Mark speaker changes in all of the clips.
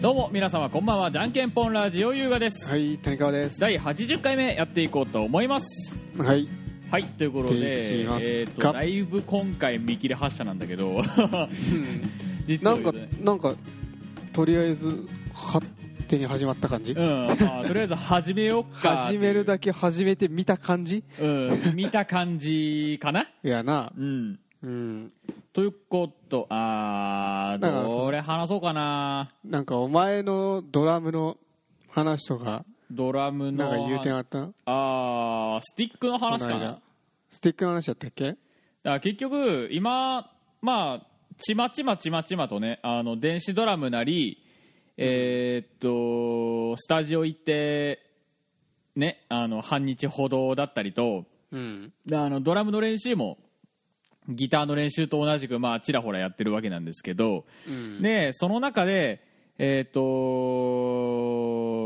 Speaker 1: どうも皆様こんばんはじゃんけんぽんラジオ優雅です、
Speaker 2: はい谷川です
Speaker 1: 第80回目やっていこうと思います
Speaker 2: はい
Speaker 1: はいということで
Speaker 2: いきますか
Speaker 1: えー、とだいぶ今回見切れ発車なんだけど 実
Speaker 2: な
Speaker 1: を
Speaker 2: ん
Speaker 1: 言う
Speaker 2: か
Speaker 1: とね
Speaker 2: なんかとりあえず勝手に始まった感じ、
Speaker 1: うんまあ、とりあえず始めようか
Speaker 2: 始めるだけ始めてみた感じ
Speaker 1: うん見た感じか ない
Speaker 2: やな
Speaker 1: うん
Speaker 2: うん
Speaker 1: ということあー
Speaker 2: だからその
Speaker 1: どれ話そうかな
Speaker 2: なんかお前のドラムの話とか
Speaker 1: ドラムの
Speaker 2: なんか言うてなかった
Speaker 1: あースティックの話か
Speaker 2: この
Speaker 1: な
Speaker 2: 間スティックの話だったっけ
Speaker 1: だから結局今まあちまちまちまちまとねあの電子ドラムなり、えーっとスタジオ行ってねあの半日ほどだったりと
Speaker 2: うん
Speaker 1: であのドラムの練習もギターの練習と同じくまあちらほらやってるわけなんですけど、
Speaker 2: うん
Speaker 1: でその中でえーっ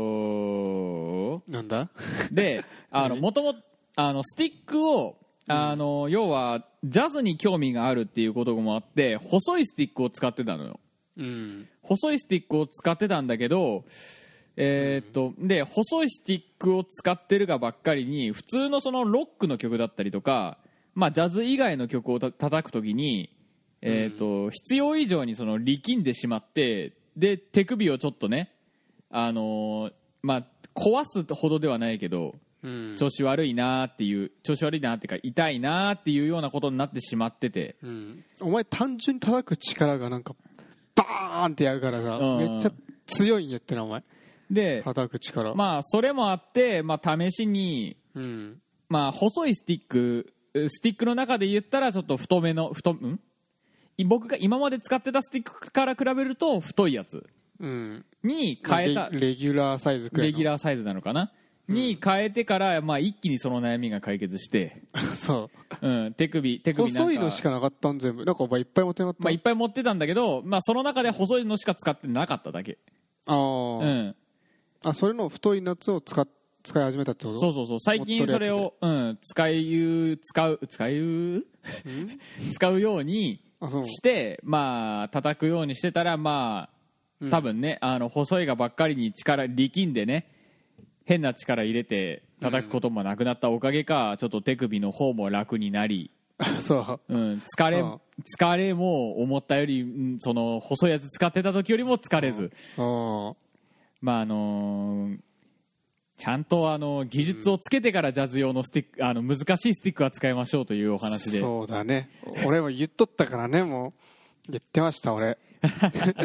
Speaker 1: と
Speaker 2: なんだ
Speaker 1: であのもともあのスティックをあの、要はジャズに興味があるっていうこともあって細いスティックを使ってたのよ
Speaker 2: うん
Speaker 1: 細いスティックを使ってたんだけどえーっとで細いスティックを使ってるがばっかりに普通のそのロックの曲だったりとか、まあ、ジャズ以外の曲をた叩くときに、えーっと必要以上にその力んでしまってで手首をちょっとね、あのーまあ、壊すほどではないけど
Speaker 2: うん
Speaker 1: 調子悪いなーっていう調子悪いなーっていうか痛いなーっていうようなことになってしまってて
Speaker 2: うんお前単純に叩く力がなんかバーンってやるからさ、
Speaker 1: うん
Speaker 2: めっちゃ強いんやってなお前
Speaker 1: で
Speaker 2: 叩く力、
Speaker 1: まあそれもあって、まあ、試しに、
Speaker 2: うん
Speaker 1: まあ、細いスティックうスティックの中で言ったらちょっと太めの太んい僕が今まで使ってたスティックから比べると太いやつ
Speaker 2: うん
Speaker 1: に変えた
Speaker 2: レレギュラーサイズくらい
Speaker 1: レ
Speaker 2: の
Speaker 1: ギュラーサイズなのかな、に変えてから、まあ、一気にその悩みが解決 して、
Speaker 2: そう
Speaker 1: うん、手首手首なんか
Speaker 2: 細いのしかなかったん全部なんかお前いっぱい持ってなかった、
Speaker 1: まあ、いっぱい持ってたんだけど、まあ、その中で細いのしか使ってなかっただけ、
Speaker 2: あ
Speaker 1: う
Speaker 2: ー、
Speaker 1: ん、
Speaker 2: あそれの太いやつを使っ使い始めたってこと
Speaker 1: そうそうそう最近それを、うん、使いう使う使うん使うように
Speaker 2: あそう
Speaker 1: してまあ叩くようにしてたらまあ多分ね、あの細いがばっかりに力力んでね変な力入れて叩くこともなくなったおかげか、ちょっと手首の方も楽になり、
Speaker 2: そう
Speaker 1: うん、疲れ、
Speaker 2: うん
Speaker 1: 疲れも思ったより、うんその細いやつ使ってた時よりも疲れず、
Speaker 2: あ
Speaker 1: まああのーちゃんとあの技術をつけてからジャズ用のスティックあの難しいスティックは使いましょうというお話で
Speaker 2: そうだね俺も言っとったからねもう言ってました俺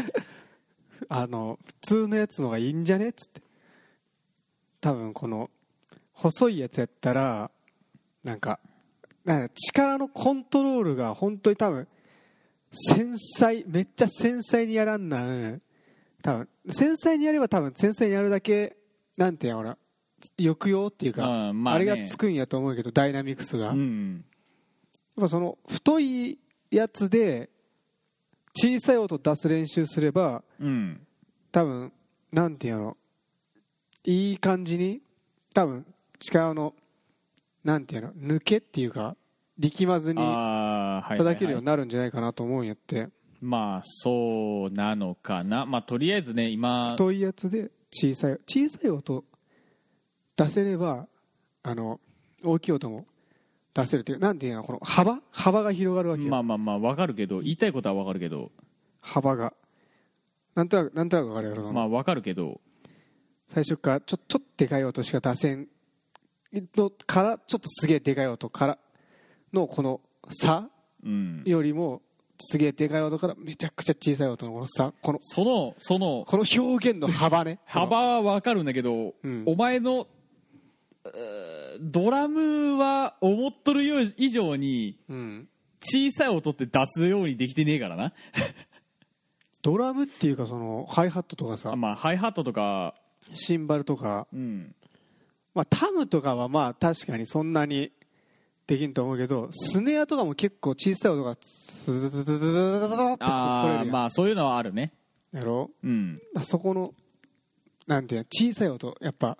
Speaker 2: あの普通のやつの方がいいんじゃねっつって多分この細いやつやったらなんかなんか力のコントロールが本当に多分繊細めっちゃ繊細にやらんなん多分繊細にやれば多分繊細にやるだけなんていうのかな抑揚っていうか、
Speaker 1: うんまあね
Speaker 2: れがつくんやと思うけどダイナミクスが、
Speaker 1: うん
Speaker 2: やっぱその太いやつで小さい音出す練習すれば
Speaker 1: うん
Speaker 2: 多分なんていうのいい感じに多分力のなんていうの抜けっていうか力まずに
Speaker 1: あーはいはいはい
Speaker 2: 叩けるようになるんじゃないかなと思うんやって
Speaker 1: まあそうなのかなまあとりあえずね今
Speaker 2: 太いやつで小さい小さい音出せればあの大きい音も出せるっていうなんていうのこの幅幅が広がるわけよ
Speaker 1: まあまあまあわかるけど言いたいことはわかるけど
Speaker 2: 幅がなんとなくなんとなくわかるやろその
Speaker 1: まあわかるけど
Speaker 2: 最初からちょちょっとでかい音しか出せんのからちょっとすげえでかい音からのこの差
Speaker 1: うん
Speaker 2: よりもすげえでかい音からめちゃくちゃ小さい音のこの差この
Speaker 1: そのその
Speaker 2: この表現の幅ね
Speaker 1: 幅はわかるんだけど、
Speaker 2: うん
Speaker 1: お前のうードラムは思っとるよ以上に
Speaker 2: うん
Speaker 1: 小さい音って出すようにできてねえからな
Speaker 2: ドラムっていうかそのハイハットとかさ
Speaker 1: あまあハイハットとか
Speaker 2: シンバルとか、
Speaker 1: うん
Speaker 2: まあ、タムとかはまあ確かにそんなにできんと思うけどスネアとかも結構小さい音がズズズズズズズズズってこう来れ
Speaker 1: あ
Speaker 2: る
Speaker 1: ー
Speaker 2: やん
Speaker 1: まあそういうのはあるね
Speaker 2: やろ
Speaker 1: うん
Speaker 2: あそこのなんていうの小さい音やっぱ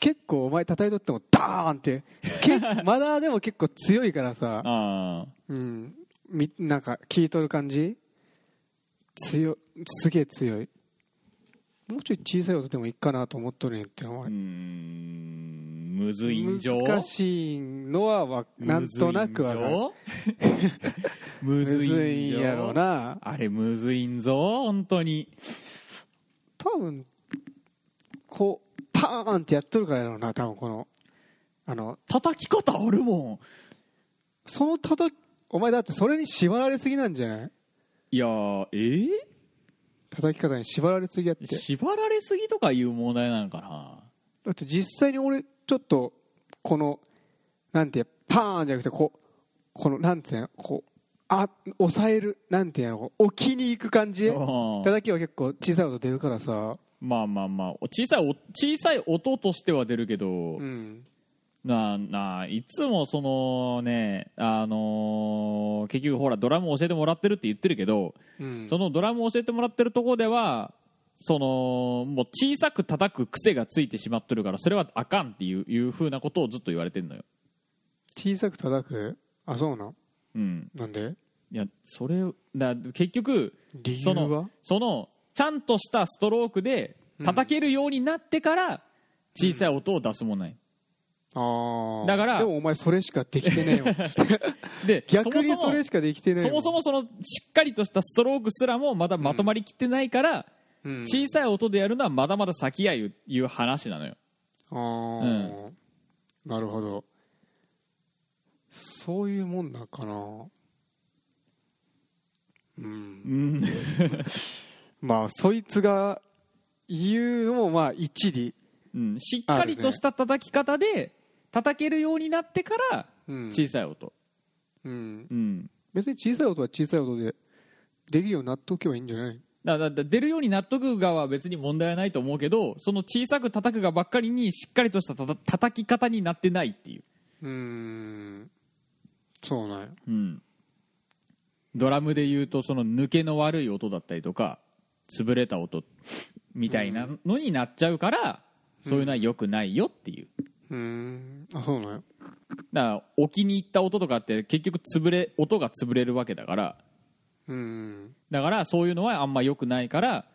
Speaker 2: 結構お前叩いとってもダーンって けまだでも結構強いからさ、
Speaker 1: あ
Speaker 2: うん、みなんか聞いとる感じ強すげえ強いもうちょい小さい音でもいいかなと思っとるんやってのは
Speaker 1: うーんむずいんじょ
Speaker 2: 難しいのはわなんとなくは
Speaker 1: はむ
Speaker 2: む
Speaker 1: ず
Speaker 2: ず
Speaker 1: いんじ ょ
Speaker 2: いんやろうな
Speaker 1: あれむずいんぞ本当に
Speaker 2: 多分こうパーンってやっとるからやろうな多分このあの
Speaker 1: 叩き方あるも
Speaker 2: その叩きお前だってそれに縛られすぎなんじゃない
Speaker 1: んいやーえー
Speaker 2: 叩き方に縛られすぎやって
Speaker 1: 縛られすぎとかいう問題なのかな
Speaker 2: だって実際に俺ちょっとこのなんていうパーンじゃなくてこうこのなんていうのこうあ押さえるなんていうのこう置きに行く感じ
Speaker 1: うん
Speaker 2: 叩きは結構小さい音出るからさ
Speaker 1: まあまあまあ小さいお小さい音としては出るけど、
Speaker 2: うん
Speaker 1: なあなあいつもそのねあのー結局ほらドラム教えてもらってるって言ってるけど、
Speaker 2: うん
Speaker 1: そのドラム教えてもらってるとこではそのもう小さく叩く癖がついてしまっとるからそれはあかんっていういうふうなことをずっと言われてんのよ
Speaker 2: 小さく叩くあそうなん
Speaker 1: うん
Speaker 2: なんで
Speaker 1: いやそれだ結局
Speaker 2: 理由
Speaker 1: そ
Speaker 2: は
Speaker 1: のそのちゃんとしたストロークで叩けるようになってから小さい音を出すもんない、
Speaker 2: ああ
Speaker 1: だから
Speaker 2: でもお前それしかできてね えよ
Speaker 1: で
Speaker 2: 逆に
Speaker 1: もも
Speaker 2: それしかできてねえ
Speaker 1: そもそもそのしっかりとしたストロークすらもまだまとまりきってないから、
Speaker 2: うん
Speaker 1: 小さい音でやるのはまだまだ先やいういう話なのよ
Speaker 2: ああ、なるほどそういうもんなんかなうん
Speaker 1: ん
Speaker 2: まあそいつが言うのもまあ一理、
Speaker 1: うんしっかりとした叩き方で叩けるようになってから
Speaker 2: うん
Speaker 1: 小さい音、
Speaker 2: うん、
Speaker 1: うん、
Speaker 2: 別に小さい音は小さい音でできるようになっとけばいいんじゃない
Speaker 1: だだだ出るように納得がは別に問題はないと思うけどその小さく叩くがばっかりにしっかりとしたたた叩き方になってないっていう、
Speaker 2: うんそうなんや
Speaker 1: うん、ドラムでいうとその抜けの悪い音だったりとか潰れた音みたいなのになっちゃうから、そういうのは良くないよっていう
Speaker 2: うんあそうなんや
Speaker 1: だから置きに行った音とかって結局潰れ音が潰れるわけだから
Speaker 2: うん
Speaker 1: だからそういうのはあんま良くないから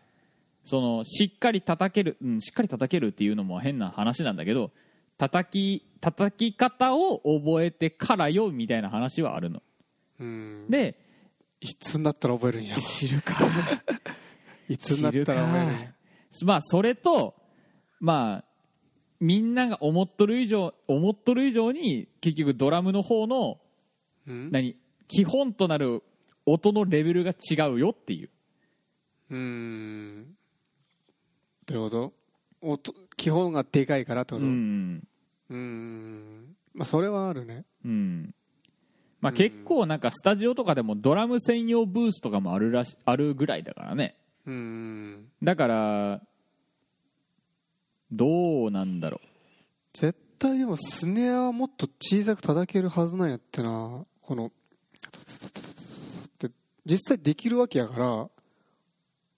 Speaker 1: そのしっかり叩ける、うん、しっかり叩けるっていうのも変な話なんだけど叩き叩き方を覚えてからよみたいな話はあるの
Speaker 2: うん
Speaker 1: で
Speaker 2: いつになったら覚えるんや
Speaker 1: 知るか
Speaker 2: いつになったら覚えるんや
Speaker 1: まあそれとまあみんなが思っとる以上思っとる以上に結局ドラムの方の
Speaker 2: うん
Speaker 1: 何基本となる音のレベルが違うよっていう
Speaker 2: うんどういうこと音基本がでかいからってこと
Speaker 1: うん
Speaker 2: うんまあそれはあるね
Speaker 1: うんまあ
Speaker 2: うん
Speaker 1: 結構なんかスタジオとかでもドラム専用ブースとかもあるらしあるぐらいだからね
Speaker 2: うん
Speaker 1: だからどうなんだろ
Speaker 2: 絶対でもスネアはもっと小さく叩けるはずなんやってなこのって実際できるわけやから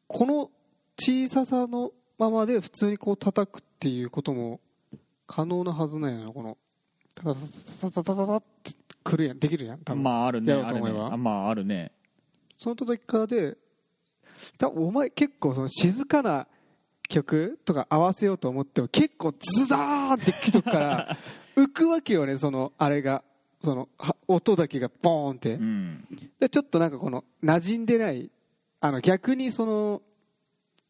Speaker 2: この小ささのままで普通にこう叩くっていうことも可能なはずなんやなこのタタタタタタタってくるやんできるやん多
Speaker 1: う
Speaker 2: 分、
Speaker 1: まああるね
Speaker 2: やろう
Speaker 1: あ
Speaker 2: と
Speaker 1: る
Speaker 2: 思
Speaker 1: ね
Speaker 2: えば
Speaker 1: あまああるね
Speaker 2: その叩き方で多分お前結構その静かな曲とか合わせようと思っても結構ズザーンってきとくから 浮くわけよねそのあれがそのは音だけがボーンって、
Speaker 1: うん
Speaker 2: でちょっとなんかこの馴染んでないあの逆にその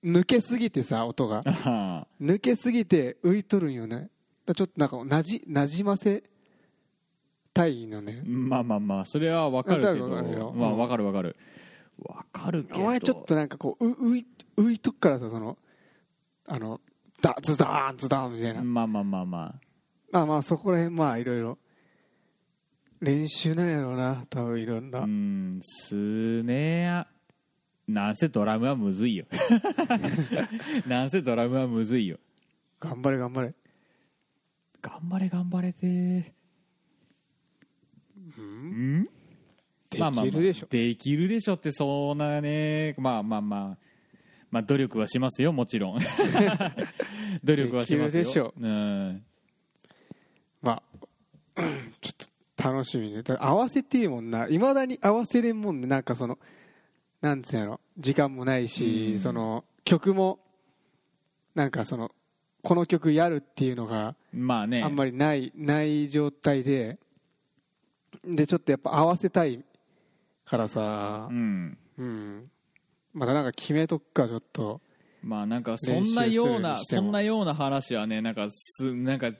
Speaker 2: 抜けすぎてさ音が
Speaker 1: あ は
Speaker 2: 抜けすぎて浮いとるんよねだちょっとなんかなじ馴染ませたいのね
Speaker 1: あまあまあまあそれはわかるけど
Speaker 2: わかるよ
Speaker 1: まあ
Speaker 2: うん
Speaker 1: わかるわかるわかるけど
Speaker 2: お前ちょっとなんかこうう浮い浮いとくからさそのあのダズダーンズダーンみたいな、
Speaker 1: まあまあまあま
Speaker 2: まあまあそこら辺まあいろいろ練習なんやろうな多分いろんな、
Speaker 1: あうんスネアなんせドラムはむずいよ なんせドラムはむずいよ
Speaker 2: 頑張れ頑張れ
Speaker 1: 頑張れ頑張れてうん
Speaker 2: できるでしょ、
Speaker 1: まあまあまあできるでしょってそんなねまあまあまあまあ努力はしますよもち ろん努力はしますよ
Speaker 2: できるでしょ
Speaker 1: うん
Speaker 2: まあうんちょっと楽しみねだから合わせていいもんないまだに合わせれんもんねなんかそのなんつうんやろ時間もないし、
Speaker 1: うん
Speaker 2: その曲もなんかそのこの曲やるっていうのが
Speaker 1: まあね
Speaker 2: あんまりないない状態ででちょっとやっぱ合わせたいからさ
Speaker 1: うん
Speaker 2: うんまだなんか決めとくかちょっと
Speaker 1: まあなんかそんなよう
Speaker 2: 練習するに
Speaker 1: な
Speaker 2: しても
Speaker 1: そんなような話はねなんかすなんか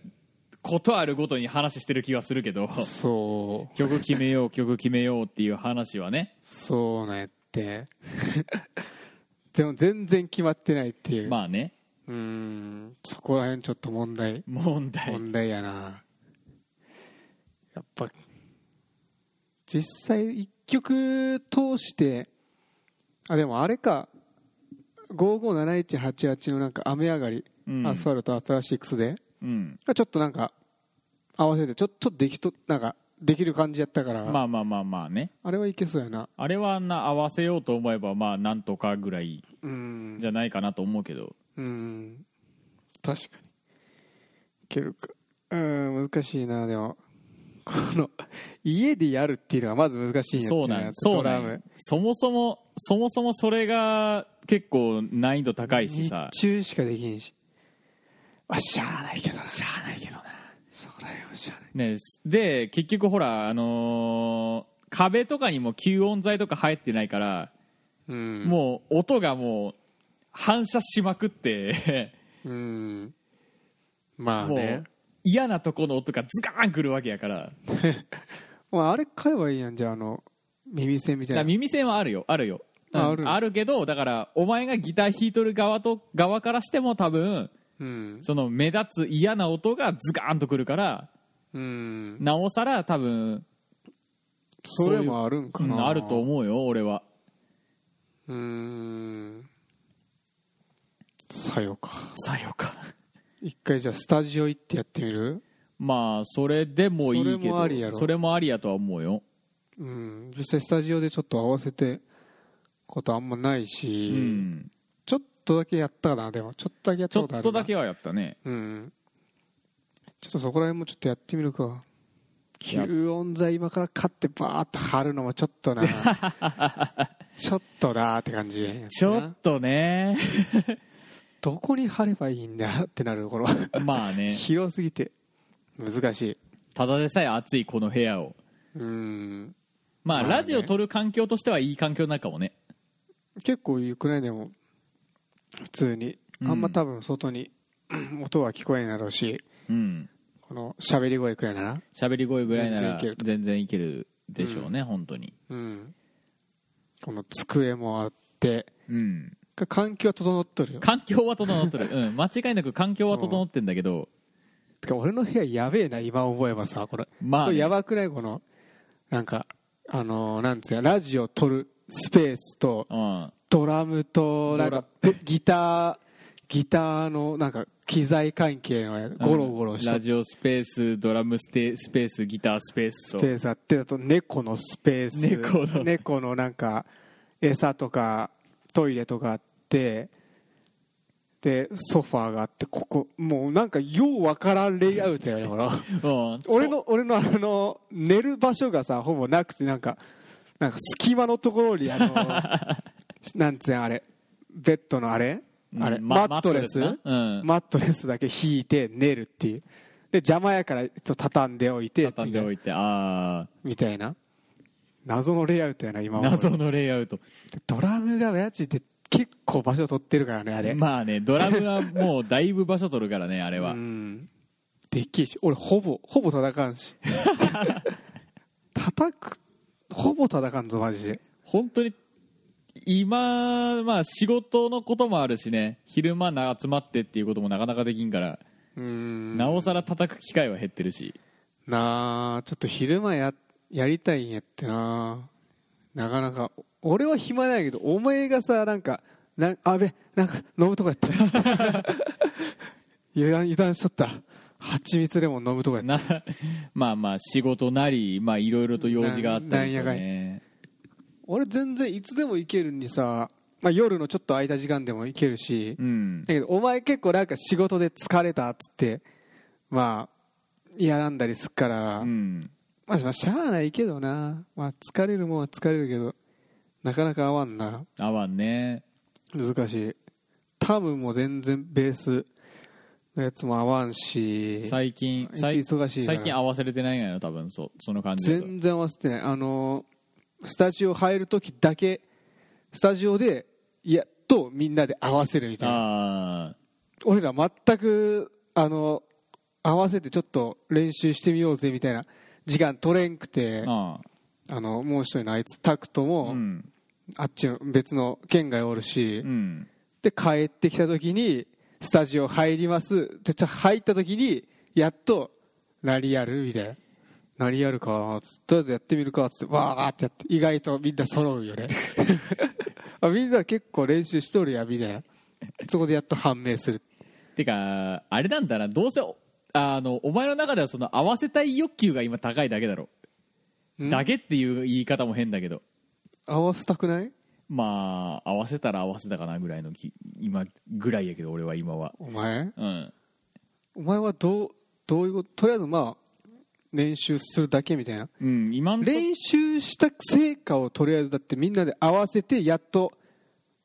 Speaker 1: ことあるごとに話してる気はするけど
Speaker 2: そう
Speaker 1: 曲決めよう曲決めようっていう話はね
Speaker 2: そうなんやって でも全然決まってないっていう、
Speaker 1: まあね
Speaker 2: うんそこら辺ちょっと問題
Speaker 1: 問題
Speaker 2: 問題やなやっぱ実際一曲通してあでもあれか557188のなんか雨上がり、
Speaker 1: うん
Speaker 2: アスファルトアトラシックスで
Speaker 1: うん
Speaker 2: ちょっとなんか合わせてちょちょっとできとなんかできる感じやったから、
Speaker 1: まあまあまあまあね
Speaker 2: あれはいけそうやな
Speaker 1: あれはあんな合わせようと思えばまあなんとかぐらい
Speaker 2: うん
Speaker 1: じゃないかなと思うけど
Speaker 2: うん確かにいけるかうん難しいなでもこの家でやるっていうのがまず難しいんやって
Speaker 1: そうなんそ
Speaker 2: ド
Speaker 1: うな
Speaker 2: ラ
Speaker 1: ん
Speaker 2: ム
Speaker 1: そもそもそもそもそれが結構難易度高いし
Speaker 2: 日
Speaker 1: さ
Speaker 2: 中しかできんしあしゃあないけどな
Speaker 1: しゃあないけどな
Speaker 2: そらよしゃあない
Speaker 1: ねで結局ほらあのー壁とかにも吸音材とか入ってないから、
Speaker 2: うん
Speaker 1: もう音がもう反射しまくって
Speaker 2: ううん まあ
Speaker 1: も
Speaker 2: ね
Speaker 1: う嫌なとこの音がズカーンくるわけやから
Speaker 2: まああれ買えばいいやんじゃああの耳栓みた
Speaker 1: だ
Speaker 2: い
Speaker 1: から
Speaker 2: な
Speaker 1: 耳栓はあるよあるよ、う
Speaker 2: あ
Speaker 1: ん
Speaker 2: ある
Speaker 1: あるけどだからお前がギター弾いとる側と側からしても多分
Speaker 2: うん
Speaker 1: その目立つ嫌な音がズカーンとくるから
Speaker 2: うん
Speaker 1: なおさら多分、
Speaker 2: それもあるんか
Speaker 1: うん
Speaker 2: な
Speaker 1: あると思うよ俺は
Speaker 2: ううんさよか
Speaker 1: さよか
Speaker 2: 一回じゃあスタジオ行ってやってみる
Speaker 1: まあそれでもいいけど
Speaker 2: それもありやろ
Speaker 1: それもありやとは思うよ
Speaker 2: うん実際スタジオでちょっと合わせてことあんまな
Speaker 1: う
Speaker 2: い
Speaker 1: ん、
Speaker 2: し、ちょっとだけやったかなでもちょっとだけやっ
Speaker 1: ち
Speaker 2: た
Speaker 1: ょ
Speaker 2: こ
Speaker 1: っ
Speaker 2: とあるな
Speaker 1: とだけはやったね
Speaker 2: うんちょっとそこら辺もちょっとやってみるか
Speaker 1: や
Speaker 2: 吸音材今から買ってバーッと貼るのもちょっ となちょっとなーって感じ
Speaker 1: ちょっとね
Speaker 2: どこに貼ればいいんだってなるこの
Speaker 1: まあね
Speaker 2: 広すぎて難しい
Speaker 1: ただでさえ暑いこの部屋を
Speaker 2: うん
Speaker 1: まあ、
Speaker 2: まあね
Speaker 1: ラジオ撮る環境としてはいい環境なのかもね
Speaker 2: 結構良くないでも普通に
Speaker 1: うん
Speaker 2: あんま多分外に音は聞こえんだろうし
Speaker 1: うん
Speaker 2: この喋り声くらいなら
Speaker 1: 喋り声ぐらいなら
Speaker 2: 全然いけると
Speaker 1: 全然いけるでしょうね、本当に
Speaker 2: うんこの机もあって
Speaker 1: うん
Speaker 2: か環境は整っとるよ
Speaker 1: 環境は整ってる、うん、間違いなく環境は整ってんだけど、
Speaker 2: てか俺の部屋やべえな今思えばさこれ,、
Speaker 1: まあ
Speaker 2: こ
Speaker 1: ね、
Speaker 2: れやばくないこのなんかあのーなんつうやラジオ撮るスペースと
Speaker 1: うん
Speaker 2: ドラムとなんかギターギターのなんか機材関係のやゴロゴロした
Speaker 1: ラジオスペースドラムステスペースギタースペース
Speaker 2: ス
Speaker 1: と
Speaker 2: ペースあってあと猫のスペース
Speaker 1: 猫の
Speaker 2: 猫のなんか餌とかトイレとかあってでソファーがあってここもうなんかようわからんレイアウトやねほ ら
Speaker 1: うん
Speaker 2: 俺の俺のあの寝る場所がさほぼなくてなんかなんか隙間のところにあの なんつうんあれベッドのあれ
Speaker 1: うん
Speaker 2: あれ、
Speaker 1: ま
Speaker 2: マットレス
Speaker 1: マットレスなうん
Speaker 2: マットレスだけ引いて寝るっていうで邪魔やからちょっと畳んでおいて
Speaker 1: 畳んでおいてああ
Speaker 2: みたいな謎のレイアウトやな今は
Speaker 1: 謎のレイアウト
Speaker 2: ドラムがマジで結構場所取ってるからねあれ、
Speaker 1: まあねドラムはもうだいぶ場所取るから ねあれは、
Speaker 2: うんでっけえし俺ほぼほぼ叩かんし 叩くほぼ叩かんぞマジで
Speaker 1: 本当に今まあ仕事のこともあるしね昼間な集まってっていうこともなかなかできんから、
Speaker 2: うん
Speaker 1: な
Speaker 2: な
Speaker 1: おさら叩く機会は減ってるし
Speaker 2: あちょっと昼間ややりたいんやってななかなか俺は暇ないけどお前がさなんかなんあべなんか飲むとこ やった油断油断しとった蜂蜜レモン飲むとこやった
Speaker 1: な まあまあ仕事なりまあいろいろと用事があったりと
Speaker 2: な
Speaker 1: か
Speaker 2: なん
Speaker 1: ね
Speaker 2: 俺全然いつでも行けるにさ、まあ、夜のちょっと空いた時間でも行けるし、
Speaker 1: うん
Speaker 2: だけどお前結構なんか仕事で疲れたっつってまあ嫌なんだりすっから、
Speaker 1: うん
Speaker 2: まあまあしゃあないけどな、まあ、疲れるもんは疲れるけどなかなか合わんな
Speaker 1: 合わんね
Speaker 2: 難しいタムも全然ベースのやつも合わんし
Speaker 1: 最近最
Speaker 2: 忙しいから
Speaker 1: 最近合わされてないんやな多分そうその感じだと
Speaker 2: 全然合わせてないあのースタジオ入る時だけスタジオでやっとみんなで合わせるみたいな
Speaker 1: ああ
Speaker 2: 俺ら全くあの合わせてちょっと練習してみようぜみたいな時間取れんくてあ
Speaker 1: あ
Speaker 2: のもう一人のあいつタクト
Speaker 1: あ
Speaker 2: も、
Speaker 1: うん
Speaker 2: あっちの別の県外おるし、
Speaker 1: うん
Speaker 2: で帰ってきた時にスタジオ入りますでじゃあ入った時にやっと何やるみたいな何やるかつってとりあえずやってみるかっつってわーってやって意外とみんな揃う よねあみんな結構練習しとるやみたいなそこでやっと判明する
Speaker 1: てかあれなんだなどうせおあのお前の中ではその合わせたい欲求が今高いだけだろ
Speaker 2: ん
Speaker 1: だけっていう言い方も変だけど
Speaker 2: 合わせたくない
Speaker 1: まあ合わせたら合わせたかなぐらいのき今ぐらいやけど俺は今は
Speaker 2: お前
Speaker 1: うん
Speaker 2: お前はどうどういうこととりあえずまあ練習するだけみたいな
Speaker 1: うん今んと
Speaker 2: 練習した成果をとりあえずだってみんなで合わせてやっと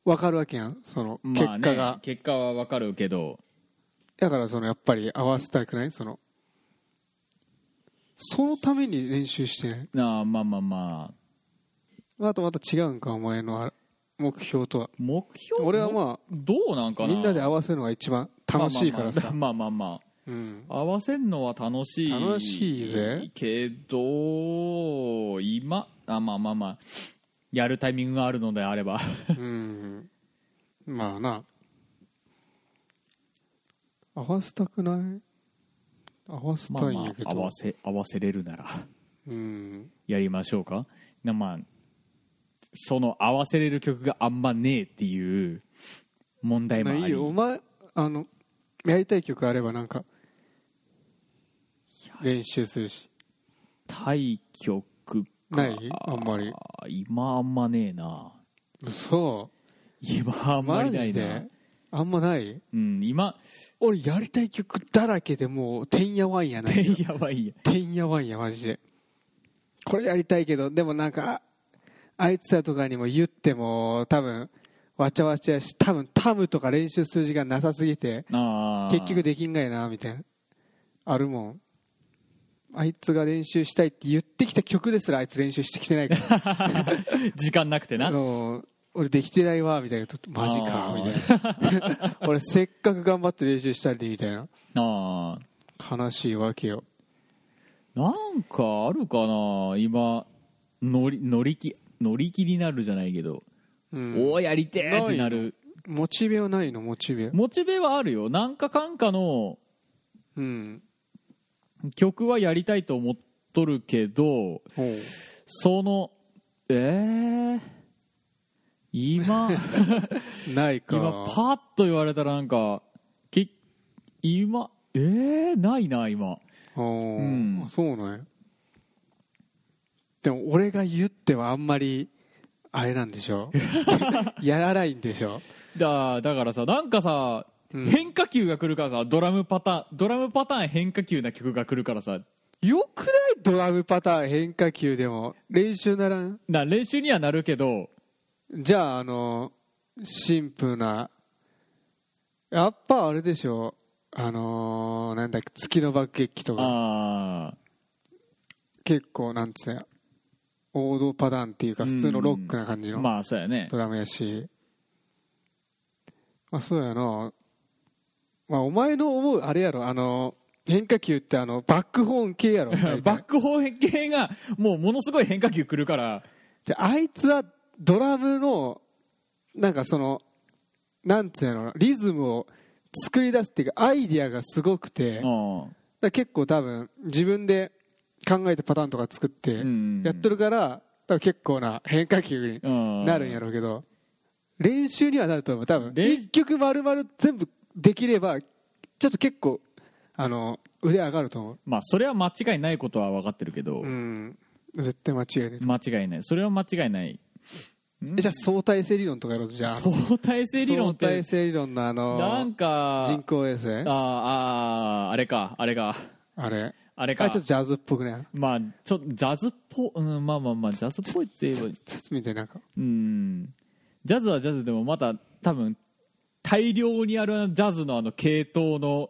Speaker 2: 分かるわけやんその結
Speaker 1: まあ
Speaker 2: 果
Speaker 1: ね
Speaker 2: が、
Speaker 1: 結果はわかるけど
Speaker 2: だからそのやっぱり合わせたくないそのそのために練習してない
Speaker 1: ああまあまあまあ
Speaker 2: あとまた違うんかお前のあ目標とは
Speaker 1: 目標
Speaker 2: 俺はま
Speaker 1: どうなんか
Speaker 2: あ
Speaker 1: な
Speaker 2: みんなで合わせるのが一番楽しいから さ、
Speaker 1: まあまあまあ、まあまあまあ
Speaker 2: うん、
Speaker 1: 合わせるのは楽しい
Speaker 2: 楽しいぜ
Speaker 1: けど今あまあまあまあやるタイミングがあるのであれ ば
Speaker 2: うん、まあな合わせたくない合わせ
Speaker 1: まあ
Speaker 2: たいん
Speaker 1: ま
Speaker 2: やけど、
Speaker 1: あ合わせ合わせれるなら
Speaker 2: うん
Speaker 1: やりましょうかなまあその合わせれる曲があんまねえっていう問題も
Speaker 2: ま
Speaker 1: あ
Speaker 2: あ
Speaker 1: り
Speaker 2: いいよお前あのやりたい曲あればなんか練習するし
Speaker 1: 対局か
Speaker 2: ないあんまり
Speaker 1: 今あんまねえな
Speaker 2: そ
Speaker 1: 今あ
Speaker 2: うん
Speaker 1: ま
Speaker 2: マ
Speaker 1: りな
Speaker 2: ジ
Speaker 1: い
Speaker 2: で
Speaker 1: な
Speaker 2: あんまない
Speaker 1: うん今
Speaker 2: 俺やりたい曲だらけでもうてんやわんやないよ
Speaker 1: やばいや
Speaker 2: てんやわんやマジでこれやりたいけどでもなんかああいつらとかにも言っても多分わちゃわちゃやし多分タムとか練習する時間なさすぎて
Speaker 1: あー
Speaker 2: 結局できんがいなみたいなあるもんあいつが練習したいって言ってきた曲ですらあいつ練習してきてな いから
Speaker 1: 時間なくて
Speaker 2: あ
Speaker 1: な
Speaker 2: の俺できてないわみたいなマジか
Speaker 1: あー
Speaker 2: みたいな 俺せっかく頑張って練習したりみたいな
Speaker 1: あ
Speaker 2: 悲しいわけよ
Speaker 1: ーなんかあるかな今乗り乗り気乗り気になるじゃないけど、
Speaker 2: うん
Speaker 1: おおやりてーってなる
Speaker 2: モチベはないのモチベ
Speaker 1: モチベはあるよなんかかんかの
Speaker 2: うん
Speaker 1: 曲はやりたいと思っとるけど
Speaker 2: おう
Speaker 1: そのえー、今
Speaker 2: ないか
Speaker 1: 今パッと言われたらなんかき今えー、ないな今
Speaker 2: おう
Speaker 1: うん
Speaker 2: そうなんやでも俺が言ってはあんまりあれなんでし ょやらないんでしょ
Speaker 1: だだからさなんかさ、
Speaker 2: うん
Speaker 1: 変化球が来るからさドラムパターンドラムパターン変化球な曲が来るからさ
Speaker 2: よくないドラムパターン変化球でも練習ならん
Speaker 1: な練習にはなるけど
Speaker 2: じゃああのシンプルなやっぱあれでしょあのーなんだっけ月の爆撃機とか
Speaker 1: あ
Speaker 2: 結構なんつうや王道パターンっていうか
Speaker 1: うん
Speaker 2: 普通のロックな感じ
Speaker 1: ー
Speaker 2: の
Speaker 1: まあそうやね
Speaker 2: ドラムやしまあそうやなまあお前の思うあれやろあの変化球ってあのバックホーン系 やろ
Speaker 1: バックホーン系がもうものすごい変化球来るから
Speaker 2: じゃああいつはドラムのなんかそのなんつうのリズムを作り出すっていうかアイディアがすごくてだか
Speaker 1: うん
Speaker 2: ら結構多分自分で考えてパターンとか作って
Speaker 1: うん
Speaker 2: やってるから多分結構な変化球
Speaker 1: う
Speaker 2: に
Speaker 1: ん
Speaker 2: なるんやろうけど練習にはなると思う多分
Speaker 1: 練
Speaker 2: 一曲丸々全部できればちょっと結構あの腕上がると思
Speaker 1: まあそれは間違いないことは分かってるけど、
Speaker 2: ううん絶対間違いない
Speaker 1: 間違いないそれは間違いない
Speaker 2: えじゃあ相対性理論とかやろうとじゃあ
Speaker 1: 相対性理論っ
Speaker 2: 相対
Speaker 1: て
Speaker 2: 性理論の
Speaker 1: な
Speaker 2: あの
Speaker 1: んか
Speaker 2: 人工衛星
Speaker 1: あーあーあれかあれか
Speaker 2: あれ
Speaker 1: あれ
Speaker 2: あれ
Speaker 1: か
Speaker 2: ちょっとジャズっぽくね
Speaker 1: まあちょっとジャズっぽ、うん、まあまあまあジャズっぽいって言えば
Speaker 2: つつみたいななんか
Speaker 1: うんジャズはジャズでもまた多分大量にあるあのジャズのあの系統の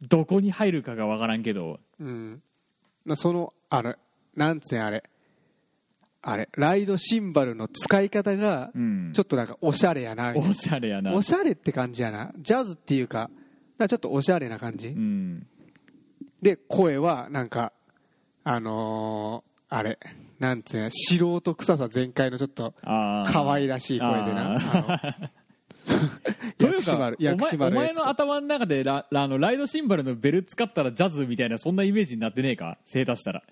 Speaker 1: どこに入るかがわからんけど
Speaker 2: うんまあ、そのあれなんつうねんあれあれライドシンバルの使い方が
Speaker 1: うん
Speaker 2: ちょっとなんかおしゃれやなみたい
Speaker 1: おしゃれやな
Speaker 2: なおしゃれって感じやなジャズっていうかなんかちょっとおしゃれな感じ、
Speaker 1: うん
Speaker 2: で声はなんかあのーあれなんつうねん素人臭さ全開のちょっと
Speaker 1: あー
Speaker 2: 可愛らしい声でな
Speaker 1: あー
Speaker 2: あの
Speaker 1: という
Speaker 2: 薬師
Speaker 1: か
Speaker 2: 丸
Speaker 1: お前
Speaker 2: 薬師
Speaker 1: お
Speaker 2: 丸
Speaker 1: 前
Speaker 2: やつ
Speaker 1: の頭の中でラあのライドシンバルのベル使ったらジャズみたいなそんなイメージになってねえか正出したら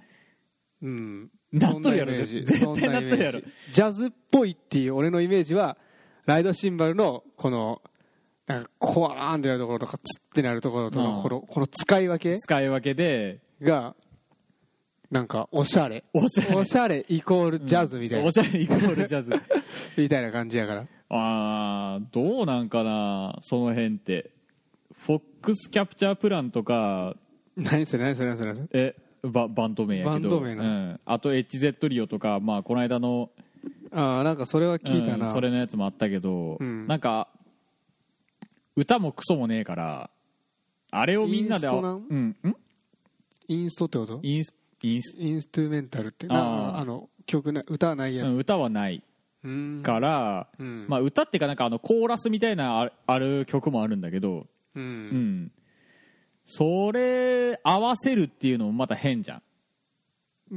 Speaker 2: うん
Speaker 1: なっとるやろ
Speaker 2: そんなイメージ
Speaker 1: 絶対
Speaker 2: そんイメージ
Speaker 1: なっとるや
Speaker 2: ジャズっぽいっていう俺のイメージはライドシンバルのこのなんかコワーンってなるところとかツッってなるところと
Speaker 1: う
Speaker 2: の
Speaker 1: ん
Speaker 2: このこの使い分
Speaker 1: 使い分けで
Speaker 2: けがなんかおしゃれ
Speaker 1: おしゃれ
Speaker 2: おしゃれイコールジャズみたいな
Speaker 1: おしゃれイコールジャズ
Speaker 2: みたいな感じやから
Speaker 1: あーどうなんかなその辺ってフォックスキャプチャープランとか
Speaker 2: 何それ何それ何それ何それ
Speaker 1: えババンド名やけど
Speaker 2: バンド名な
Speaker 1: う
Speaker 2: の
Speaker 1: ん、あと HZ リオとか、まあ、この間の
Speaker 2: ああなんかそれは聞いたな、
Speaker 1: うんそれのやつもあったけど、
Speaker 2: うん
Speaker 1: なんか歌もクソもねえからあれをみんなで
Speaker 2: インストなん
Speaker 1: うん、ん
Speaker 2: インストってこと
Speaker 1: インスインス
Speaker 2: インストゥルメンタルってな
Speaker 1: あ
Speaker 2: あ
Speaker 1: ー
Speaker 2: の曲な歌はないや
Speaker 1: うん歌はない
Speaker 2: つうん
Speaker 1: から、
Speaker 2: うん
Speaker 1: まあ、歌っていうかなんかあのコーラスみたいなあるある曲もあるんだけど、う
Speaker 2: う
Speaker 1: んん、それ合わせるっていうのもまた変じゃん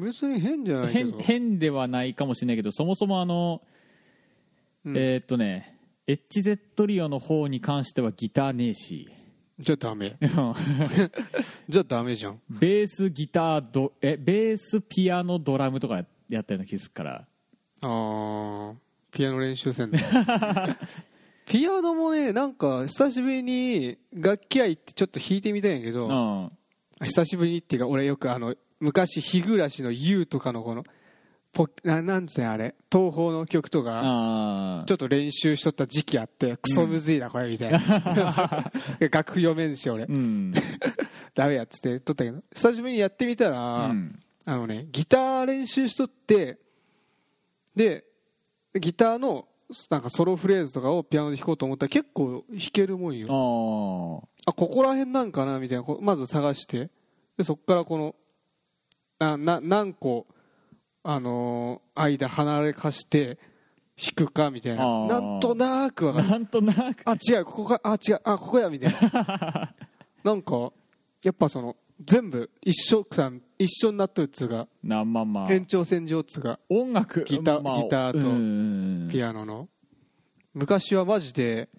Speaker 2: 別に変じゃないけ
Speaker 1: 変
Speaker 2: ど
Speaker 1: 変ではないかもしれないけどそもそもあの、
Speaker 2: うん
Speaker 1: えーっとね HZ リオの方に関してはギターねえ し
Speaker 2: じゃあダメじゃあダメじゃん
Speaker 1: ベースギタードえベースピアノドラムとかやったような気するから
Speaker 2: あーピアノ練習せ んのピアノもねなんか久しぶりに楽器屋行ってちょっと弾いてみたいんやけ
Speaker 1: う
Speaker 2: ど、
Speaker 1: ん
Speaker 2: 久しぶりにっていうか俺よくあの昔日暮らしの YOU とかのこのポななんつうねんあれ東宝の曲とか
Speaker 1: あー
Speaker 2: ちょっと練習しとった時期あってクソむずいなこれみたいな、 楽譜読めんし俺、
Speaker 1: うん
Speaker 2: ダメやっつって言っとったけど久しぶりにやってみた
Speaker 1: う
Speaker 2: ら、
Speaker 1: ん
Speaker 2: あのねギター練習しとってでギターのなんかソロフレーズとかをピアノで弾こうと思ったら結構弾けるもん
Speaker 1: あ
Speaker 2: よ
Speaker 1: ー
Speaker 2: あここら辺なんかなみたいなこうまず探してでそこからこのなな何個、あのー間離れかして弾くかみたい
Speaker 1: あ
Speaker 2: な
Speaker 1: ー
Speaker 2: なんとなく分かる
Speaker 1: なんとなく
Speaker 2: あ違うここかあ違うあここやみたいな なんかやっぱその全部一緒くたん一緒になっとるっつうか
Speaker 1: なまあまあ
Speaker 2: 延長線上っつうか
Speaker 1: 音楽
Speaker 2: ギター
Speaker 1: まあ
Speaker 2: ギターと
Speaker 1: うん
Speaker 2: ピアノの昔はマジで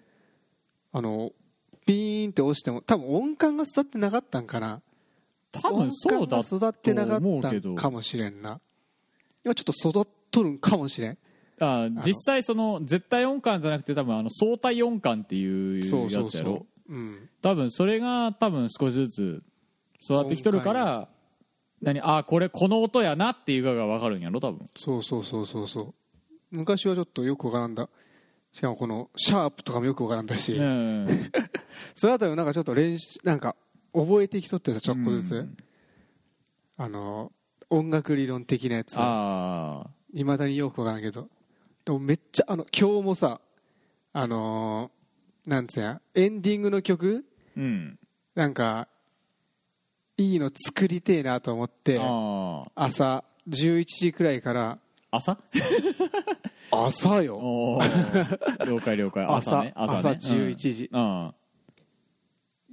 Speaker 2: あのピーンって押しても多分音感が伝ってなかったんかな
Speaker 1: 多分そうだ
Speaker 2: 音感が育ってなか
Speaker 1: と思う
Speaker 2: った
Speaker 1: けど
Speaker 2: んかもしれんな今ちょっと育っとるんかもしれん
Speaker 1: あ実際その絶対音感じゃなくて多分あの相対音感っていうやつや
Speaker 2: そ
Speaker 1: ろ
Speaker 2: うそうそう、うん、
Speaker 1: 多分それが多分少しずつ育ってきとるから何あこれこの音やなっていうかが分かるんやろ多分
Speaker 2: そうそうそうそうそう昔はちょっとよくわからんだしかもこのシャープとかもよくわからんだし、
Speaker 1: うん
Speaker 2: そのあたりもなんかちょっと練習なんか覚えてきとってさちょっとずつ、
Speaker 1: うん
Speaker 2: あの音楽理論的なやつ
Speaker 1: ああ
Speaker 2: いまだによくわからんけどでもめっちゃあの今日もさあのーなんつうんやエンディングの曲
Speaker 1: うん
Speaker 2: なんかいいの作りてえなと思って
Speaker 1: ああ
Speaker 2: 朝11時くらいから
Speaker 1: 朝
Speaker 2: 朝よ
Speaker 1: おー 了解了解朝ね
Speaker 2: 朝
Speaker 1: ね
Speaker 2: 朝11時
Speaker 1: うん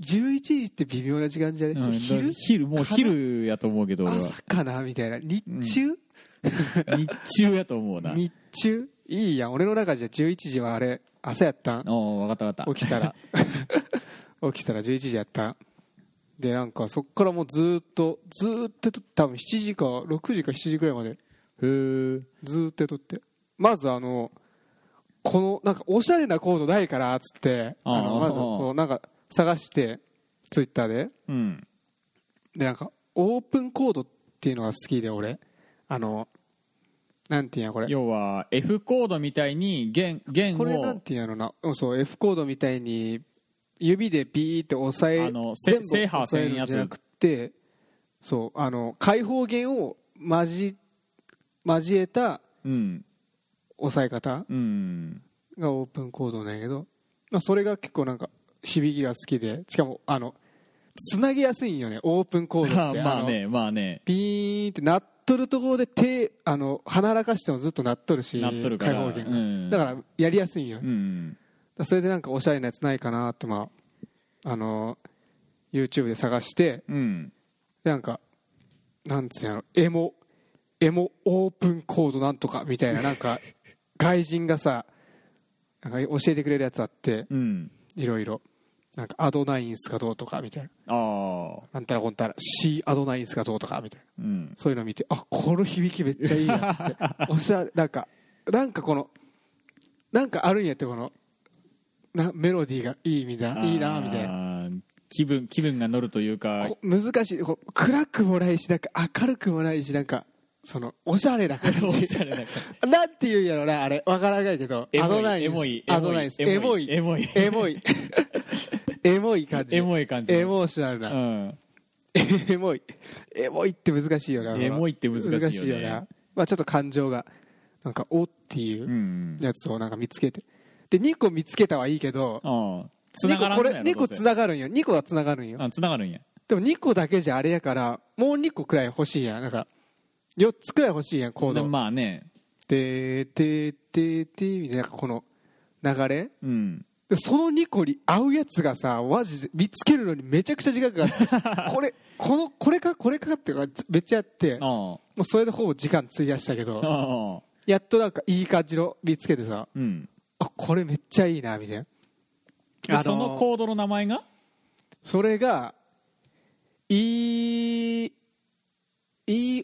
Speaker 2: 11時って微妙な時間じゃ
Speaker 1: う
Speaker 2: ない、
Speaker 1: ん
Speaker 2: 昼
Speaker 1: 昼もう昼やと思うけど俺は
Speaker 2: 朝かなみたいな日中、
Speaker 1: 日中やと思うな
Speaker 2: 日中いいやん俺の中じゃ11時はあれ朝やったん
Speaker 1: おお分かった分かった
Speaker 2: 起きたら起きたら11時やったでなんかそっからもうずーっとずーっと撮って多分7時か6時か7時くらいまで
Speaker 1: へえ
Speaker 2: ずーっと撮ってまずあのこのなんかおしゃれなコードないからっつって
Speaker 1: あー
Speaker 2: あのまずこうなんか探してツイッターで
Speaker 1: うん
Speaker 2: でなんかオープンコードっていうのが好きで俺あのなんていうんやこれ
Speaker 1: 要は F コードみたいに弦弦
Speaker 2: これなん
Speaker 1: を
Speaker 2: ていうんやろなうんそう F コードみたいに指でビーって押さえ
Speaker 1: あのせ制覇せんやつ
Speaker 2: 押さえるんじゃなくてそうあの開放弦を交交えた
Speaker 1: うん
Speaker 2: 押さえ方
Speaker 1: うん
Speaker 2: がオープンコードなんやけどまあ、それが結構なんか響きが好きでしかもあのつなぎやすいんよねオープンコードっ て
Speaker 1: まあ
Speaker 2: の
Speaker 1: ねまあね
Speaker 2: ピーンってなっとるところで手あの鼻らかしてもずっとなっとるし
Speaker 1: なっとるから
Speaker 2: 開放弦が、
Speaker 1: うん
Speaker 2: だからやりやすいんよ、
Speaker 1: う
Speaker 2: だか
Speaker 1: ん
Speaker 2: らそれでなんかおしゃれなやつないかなってまああの YouTube で探して
Speaker 1: うん
Speaker 2: でなんかなんつうんやろエモエモオープンコードなんとかみたいななんか外人がさなんか教えてくれるやつあって
Speaker 1: うん
Speaker 2: いろいろなんかアドナインスがどうとかみたいな
Speaker 1: ああ
Speaker 2: なんたらこんたら C アドナインスがどうとかみたいな
Speaker 1: うん
Speaker 2: そういうの見てあこの響きめっちゃいいなっ つっておしゃれなんかなんかこのなんかあるんやってこのなメロディーがいいみたいないいなみたいな
Speaker 1: な気分気分が乗るというか
Speaker 2: こ難しいこう暗くもないしなんか明るくもないしなんかそのおしゃれな感
Speaker 1: お
Speaker 2: じ
Speaker 1: しゃれな
Speaker 2: なんて言うんやろなあれわからないけど
Speaker 1: エモい
Speaker 2: アドナイ
Speaker 1: エ
Speaker 2: ンス
Speaker 1: モい
Speaker 2: アドナインス
Speaker 1: エ
Speaker 2: エ
Speaker 1: モ
Speaker 2: モ
Speaker 1: い
Speaker 2: い
Speaker 1: エモい
Speaker 2: エモいエモい感じ
Speaker 1: エモい感じ
Speaker 2: エモーショナル
Speaker 1: う
Speaker 2: な、
Speaker 1: ん
Speaker 2: エモいエモいって難しいよな
Speaker 1: エモいって難しいよね
Speaker 2: なまあ、ちょっと感情がなんかおっていううんやつをなんか見つけてで2個見つけたはいいけど
Speaker 1: ああつな
Speaker 2: 2
Speaker 1: がら
Speaker 2: 個こ
Speaker 1: ん
Speaker 2: れ
Speaker 1: のやろ
Speaker 2: 2個
Speaker 1: どう
Speaker 2: つ
Speaker 1: せ
Speaker 2: ながるんよ2個はつながるんよ
Speaker 1: あつながるんや
Speaker 2: でも2個だけじゃあれやからもう2個くらい欲しいやんなんか4つくらい欲しいやんコー
Speaker 1: で
Speaker 2: ド
Speaker 1: もまあね
Speaker 2: でてーてーてーみたいななんかこの流れ
Speaker 1: うん
Speaker 2: でその2個に合うやつがさマジで見つけるのにめちゃくちゃ時間か かってこれこのこれかこれかっていうのがめっちゃやっても
Speaker 1: あ
Speaker 2: うそれでほぼ時間費やしたけ
Speaker 1: あ
Speaker 2: ど
Speaker 1: ああ
Speaker 2: やっとなんかいい感じの見つけてさ
Speaker 1: うん
Speaker 2: あこれめっちゃいいなみたいな
Speaker 1: で
Speaker 2: あのー
Speaker 1: そのコードの名前が
Speaker 2: それが E E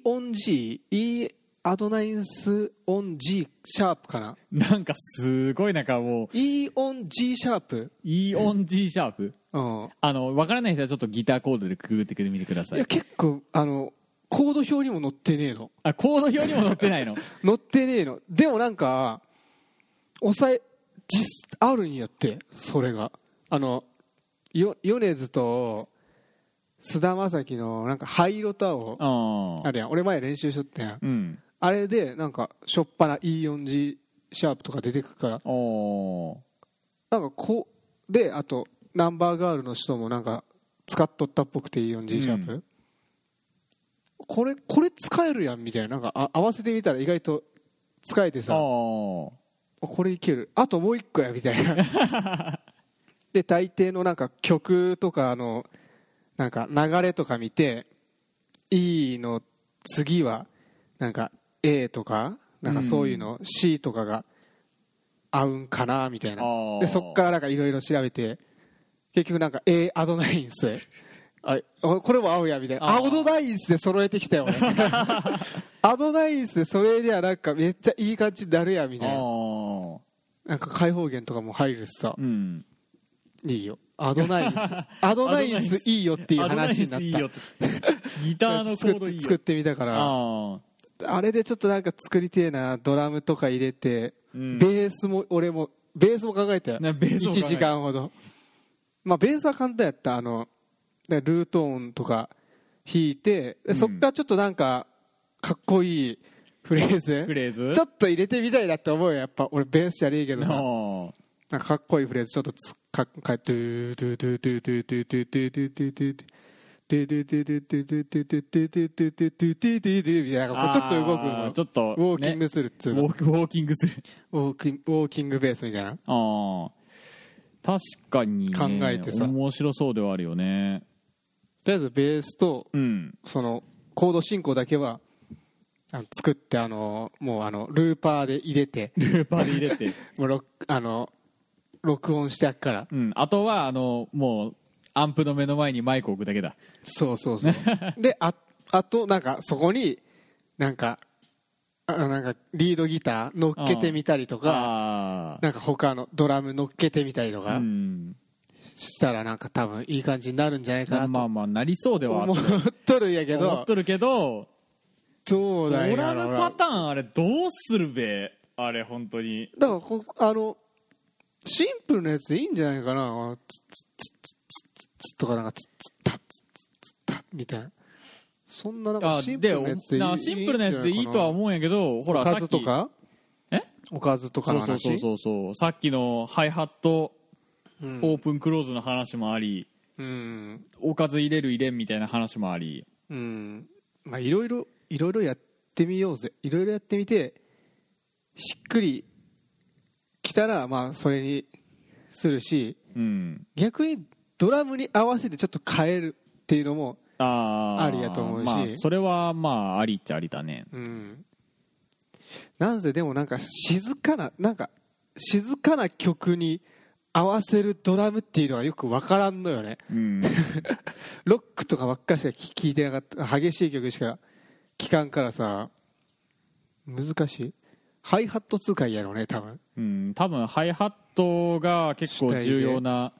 Speaker 2: オン G E アドナインスオン G シャープかな
Speaker 1: なんかすごいなんかもう
Speaker 2: E オン G シャープ
Speaker 1: イオン G シャープ
Speaker 2: うん
Speaker 1: あの分からない人はちょっとギターコードでくぐってみてくださ
Speaker 2: い
Speaker 1: い
Speaker 2: や結構あのコード表にも載ってねえの
Speaker 1: あコード表にも載ってないの
Speaker 2: 載ってねえのでもなんか抑え実あるんやってそれがあのよ米津と菅田将暉のなんか灰色と青
Speaker 1: あ
Speaker 2: あ
Speaker 1: あ
Speaker 2: れやん俺前練習しとったやん
Speaker 1: うん
Speaker 2: あれでなんかしょっぱな E4G シャープとか出てくから
Speaker 1: おお
Speaker 2: なんかこうであとナンバーガールの人もなんか使っとったっぽくて E4G シャープ、
Speaker 1: う
Speaker 2: これこれ使えるやんみたいななんかあ合わせてみたら意外と使えて
Speaker 1: あ
Speaker 2: さ
Speaker 1: ー
Speaker 2: あこれいけるあともう一個やみたいな で大抵のなんか曲とかのなんか流れとか見て E の次はなんか A とかなんかそういうの、C とかが合うんかなみたいな
Speaker 1: あー
Speaker 2: でそっからなんかいろいろ調べて結局なんか A アドナイン スあおこれも合うやみたいな
Speaker 1: あ
Speaker 2: ア
Speaker 1: ー
Speaker 2: ドナインスで揃えてきた よ俺アドナインスでそれりゃなんかめっちゃいい感じになるやみ
Speaker 1: あ
Speaker 2: たいな
Speaker 1: ー
Speaker 2: なんか開放弦とかも入るしさ
Speaker 1: うん
Speaker 2: いいよアド ナインスアドナインスいいよっていう話にな
Speaker 1: アドナインスいい
Speaker 2: っ
Speaker 1: よってギター
Speaker 2: た
Speaker 1: のコ
Speaker 2: 作
Speaker 1: ード
Speaker 2: っ
Speaker 1: い
Speaker 2: て
Speaker 1: い
Speaker 2: 作っ
Speaker 1: よ
Speaker 2: てみたから
Speaker 1: ああ
Speaker 2: あれでちょっとなんか作りてえなドラムとか入れて
Speaker 1: うん
Speaker 2: ベースも俺もベースも考えたよ
Speaker 1: ねベースも考え
Speaker 2: 1
Speaker 1: た
Speaker 2: 時間ほどまあベースは簡単やったあのでルート音とか弾いてでそっからちょっとなんかかっこいいフレーズ
Speaker 1: フレーズ
Speaker 2: ちょっと入れてみたいなって思うよやっぱ俺ベースじゃねえけどさ
Speaker 1: あ
Speaker 2: なんかかっこいいフレーズちょっとつかかドゥドゥドゥドゥドゥドゥドゥドゥドゥドゥドゥドゥドゥドゥドゥドゥドゥドゥドゥドゥドゥドゥドゥドゥドゥみたいなこう
Speaker 1: あ
Speaker 2: ちょっと動く
Speaker 1: あー
Speaker 2: の
Speaker 1: ちょっと
Speaker 2: ウォーキング
Speaker 1: ね
Speaker 2: するっつ
Speaker 1: ウ
Speaker 2: う
Speaker 1: ォ
Speaker 2: の
Speaker 1: ークウォーキングする
Speaker 2: ウォーキンウォーキングベースみたいな
Speaker 1: ああ確かにね
Speaker 2: 考えてさ
Speaker 1: 面白そうではあるよね
Speaker 2: とりあえずベースと
Speaker 1: うん
Speaker 2: そのコード進行だけはあの作ってあのもうあのルーパーで入れて
Speaker 1: ルーパーで入れて
Speaker 2: もう録あの録音してやっから
Speaker 1: うん、あとはあのもうアンプの目の前にマイクを置くだけだ
Speaker 2: そうそうそうでああとなんかそこになんかあなんかリードギター乗っけてみたりとか
Speaker 1: あ
Speaker 2: なんか他のドラム乗っけてみたりと
Speaker 1: あう
Speaker 2: か
Speaker 1: ん
Speaker 2: したらなんか多分いい感じになるんじゃないか
Speaker 1: ま
Speaker 2: な
Speaker 1: あまあなりそうで
Speaker 2: と
Speaker 1: はあ
Speaker 2: 思っ
Speaker 1: る
Speaker 2: とるんやけ
Speaker 1: 思っ
Speaker 2: ど
Speaker 1: とるけど
Speaker 2: どう
Speaker 1: ド
Speaker 2: だよ
Speaker 1: ラムパターンあれどうするべあれ本当に
Speaker 2: だからこあのシンプルなやつでいいんじゃないかなツッツッツッツッツッツッとかなんかツッツッタッツッツッタッみたいなそんななんか
Speaker 1: あ
Speaker 2: シンプ
Speaker 1: で
Speaker 2: ルなやつでいい
Speaker 1: なシンプルなやつでいいとは思うんやけどほ
Speaker 2: ほ
Speaker 1: ら
Speaker 2: らおか
Speaker 1: さっ
Speaker 2: ず
Speaker 1: き
Speaker 2: とか
Speaker 1: え
Speaker 2: おかずとか
Speaker 1: そ
Speaker 2: の
Speaker 1: うそう
Speaker 2: 話
Speaker 1: そうそうそうさっきのハイハット
Speaker 2: うん
Speaker 1: オープンクローズの話もあり
Speaker 2: うん
Speaker 1: おかず入れる入れんみたいな話もあり
Speaker 2: うんまあいろいろいろいろやってみようぜいろいろやってみてしっくりきたらまあそれにするし
Speaker 1: うん
Speaker 2: 逆にドラムに合わせてちょっと変えるっていうのも、
Speaker 1: あー
Speaker 2: ありやと思うし
Speaker 1: まあ、それはまあありっちゃありだね
Speaker 2: うん、なんせでもなんか静かななんか静かな曲に合わせるドラムっていうのはよく分からんのよね
Speaker 1: うん
Speaker 2: ロックとかばっかりしか聴いてなかった激しい曲しか聴かんからさ難しいハイハット通いやろうね多分
Speaker 1: うん、多分ハイハットが結構重要な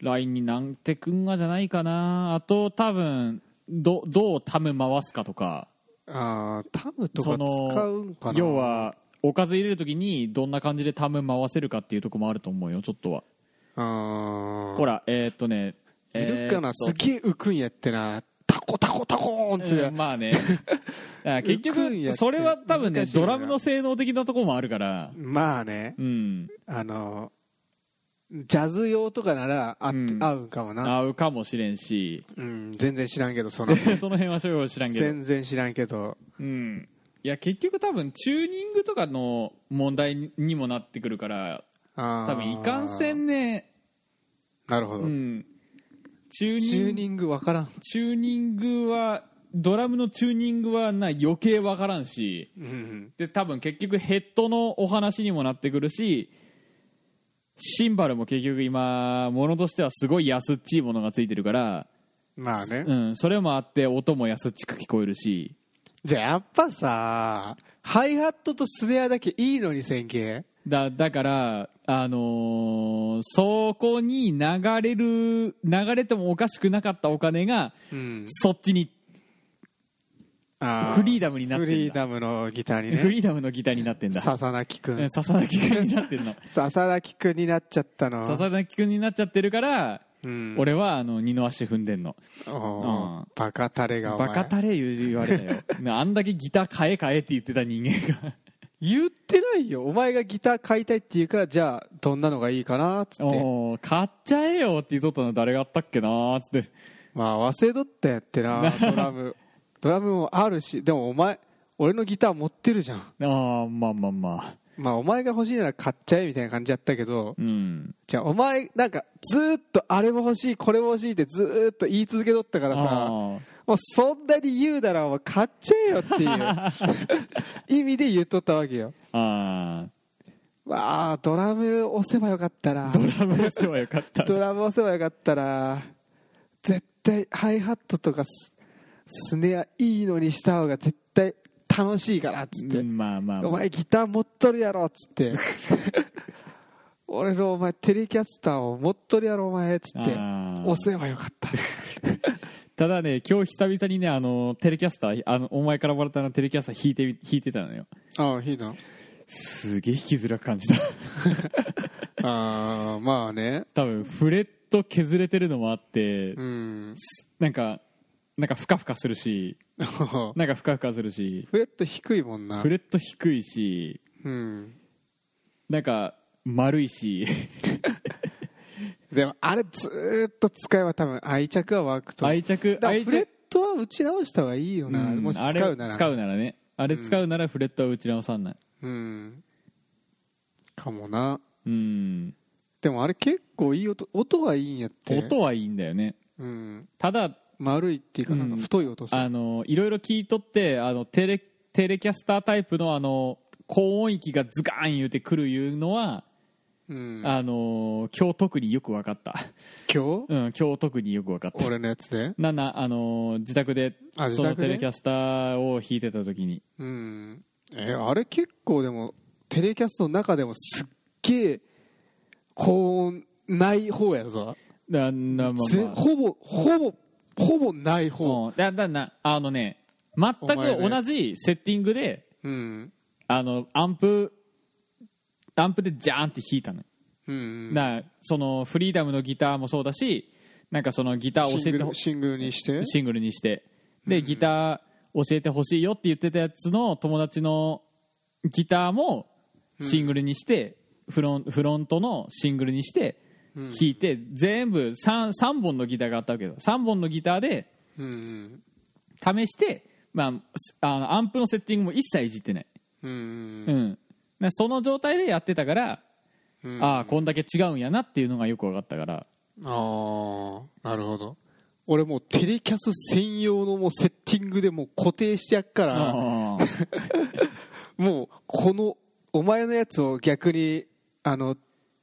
Speaker 1: ラインになってくんがじゃないかなあと多分どどうタム回すかとか
Speaker 2: あータムとか
Speaker 1: その
Speaker 2: 使うんかな
Speaker 1: 要はおかず入れる時にどんな感じでタム回せるかっていうとこもあると思うよちょっとは、
Speaker 2: ほ
Speaker 1: ほらえーっとね
Speaker 2: いるかな、
Speaker 1: えーっと
Speaker 2: すげえ浮くんやってなタコタコタコーンって、
Speaker 1: うんまあ ね だから結
Speaker 2: 浮くん
Speaker 1: 局
Speaker 2: やって
Speaker 1: それは多分ね
Speaker 2: 難しいな
Speaker 1: ドラムの性能的なところもあるから
Speaker 2: まあね
Speaker 1: うん
Speaker 2: あのジャズ用とかならあって、
Speaker 1: うん
Speaker 2: 合うんかもな、
Speaker 1: 合うかもしれんし
Speaker 2: うん、全然知らんけどその
Speaker 1: その辺は所要知らんけど
Speaker 2: 全然知らんけど
Speaker 1: うん、いや結局多分チューニングとかの問題にもなってくるから
Speaker 2: 多
Speaker 1: 多分いかんせんね、
Speaker 2: なるほど、
Speaker 1: うん、チューニング
Speaker 2: チューニングわからん
Speaker 1: チューニングはドラムのチューニングはな余計わからんし
Speaker 2: うん
Speaker 1: で多分結局ヘッドのお話にもなってくるしシンバルも結局今ものとしてはすごい安っちいものがついてるから、
Speaker 2: まあね、
Speaker 1: うん、それもあって音も安っちく聞こえるし
Speaker 2: じゃあやっぱさハイハットとスネアだけいいのに線形
Speaker 1: だだから、あのーそこに流れる流れてもおかしくなかったお金が
Speaker 2: うん
Speaker 1: そっちに
Speaker 2: あ
Speaker 1: フリーダムになってん
Speaker 2: フ
Speaker 1: だ
Speaker 2: リーダムのギターに
Speaker 1: フ
Speaker 2: ね
Speaker 1: リーダムのギターになってんだ
Speaker 2: 笹崎く
Speaker 1: うん
Speaker 2: ん
Speaker 1: 笹崎君になってんの
Speaker 2: 笹崎くんになっちゃったの
Speaker 1: 笹崎君になっちゃってるから、
Speaker 2: うん
Speaker 1: 俺はあの二の足踏んでんの
Speaker 2: お
Speaker 1: う
Speaker 2: ー
Speaker 1: ん
Speaker 2: バカタレがお前
Speaker 1: バカたれ言う言われた よなあんだけギター買え買えって言ってた人間が
Speaker 2: 言ってないよお前がギター買いたいっていうからじゃあどんなのがいいかなっつって
Speaker 1: おー買っちゃえよって言っとったの誰があったっけなーっつって
Speaker 2: まあ忘れとったやっ てなドラムドラムもあるしでもお前俺のギター持ってるじゃん
Speaker 1: ああまあまあまあ
Speaker 2: まあお前が欲しいなら買っちゃえみたいな感じやったけど
Speaker 1: うん
Speaker 2: じゃあお前なんかずーっとあれも欲しいこれも欲しいってずーっと言い続けとったからさ
Speaker 1: あー
Speaker 2: もうそんなに言うならお前買っちゃえよって いう意味で言っとったわけよ
Speaker 1: あ
Speaker 2: わあドラム押せばよかった
Speaker 1: ー
Speaker 2: な
Speaker 1: ドラム押せばよか った
Speaker 2: ドラム押せばよかったら絶対ハイハットとかススネアいいのにした方が絶対楽しいからっつって、
Speaker 1: うんまあまあま
Speaker 2: お
Speaker 1: あ
Speaker 2: 前ギター持っとるやろっつって 俺のお前テレキャスターを持っとるやろお前っつって
Speaker 1: あー
Speaker 2: 押せばよかった
Speaker 1: ただね今日久々にねあのテレキャスターあのお前からもらったあのテレキャスター弾いてみ弾いてたのよ
Speaker 2: ああいいな
Speaker 1: すげえ弾きづらく感 じた
Speaker 2: ああまあね
Speaker 1: 多分フレット削れてるのもあって、
Speaker 2: うん
Speaker 1: なんかなんかふかふかするし
Speaker 2: フ
Speaker 1: なんかふかふかするし
Speaker 2: レット低いもんな
Speaker 1: フレット低いし
Speaker 2: うん
Speaker 1: なんか丸いし
Speaker 2: でもあれずーっと使えば多分愛着は湧くと思う
Speaker 1: 愛着
Speaker 2: だから
Speaker 1: 愛
Speaker 2: フレッ
Speaker 1: 着
Speaker 2: トは打ち直した方がいいよな、
Speaker 1: うん
Speaker 2: もし使うな
Speaker 1: あれ
Speaker 2: ら
Speaker 1: 使うならねあれ使うならフレットは打ち直さんない
Speaker 2: うんかもな
Speaker 1: うん
Speaker 2: でもあれ結構いい音音はいいんやって
Speaker 1: 音はいいんだよね
Speaker 2: うん
Speaker 1: ただ
Speaker 2: 丸いっていうかなんか
Speaker 1: うん
Speaker 2: 太い音する、
Speaker 1: あのいろいろ聞いとってあのテレテレキャスタータイプのあの高音域がズカーン言うてくるいうのは、
Speaker 2: うん、今
Speaker 1: あの今日特によく分かった、
Speaker 2: 日
Speaker 1: うん、今日特によく分かった
Speaker 2: 俺のやつで
Speaker 1: なんなあの自宅で
Speaker 2: あ自
Speaker 1: その
Speaker 2: 宅
Speaker 1: テレキ
Speaker 2: で
Speaker 1: ャスターを弾いてた時に
Speaker 2: うんえあれ結構でもテレキャストの中でもすっげえ高音ない方やぞ、
Speaker 1: だなま
Speaker 2: ぜ
Speaker 1: あ
Speaker 2: ほぼほぼほぼない方
Speaker 1: まあ、うんだだなあのね全
Speaker 2: お前
Speaker 1: く
Speaker 2: ね
Speaker 1: 同じセッティングで、
Speaker 2: うん
Speaker 1: あのアンプアンプでジャーンって弾いたの
Speaker 2: うん
Speaker 1: なそのフリーダムのギターもそうだしなんかそのギターを
Speaker 2: シ
Speaker 1: 教
Speaker 2: ン
Speaker 1: え
Speaker 2: グ
Speaker 1: てほ
Speaker 2: ルシングルにして
Speaker 1: シングルにしてでギター教えてほしいよって言ってたやつの友達のギターもシングルにしてフロンフロントのシングルにして
Speaker 2: うん
Speaker 1: 弾いて全部 3, 三本のギターがあったわけだ3本のギターで
Speaker 2: うん
Speaker 1: 試して、まあす、あのアンプのセッティングも一切いじってない、
Speaker 2: うんうん
Speaker 1: うんなその状態でやってたから、
Speaker 2: うん
Speaker 1: ああこんだけ違うんやなっていうのがよく分かったから
Speaker 2: ああなるほど俺もうテレキャス専用のもうセッティングでもう固定してやっから
Speaker 1: あー
Speaker 2: もうこのお前のやつを逆にあの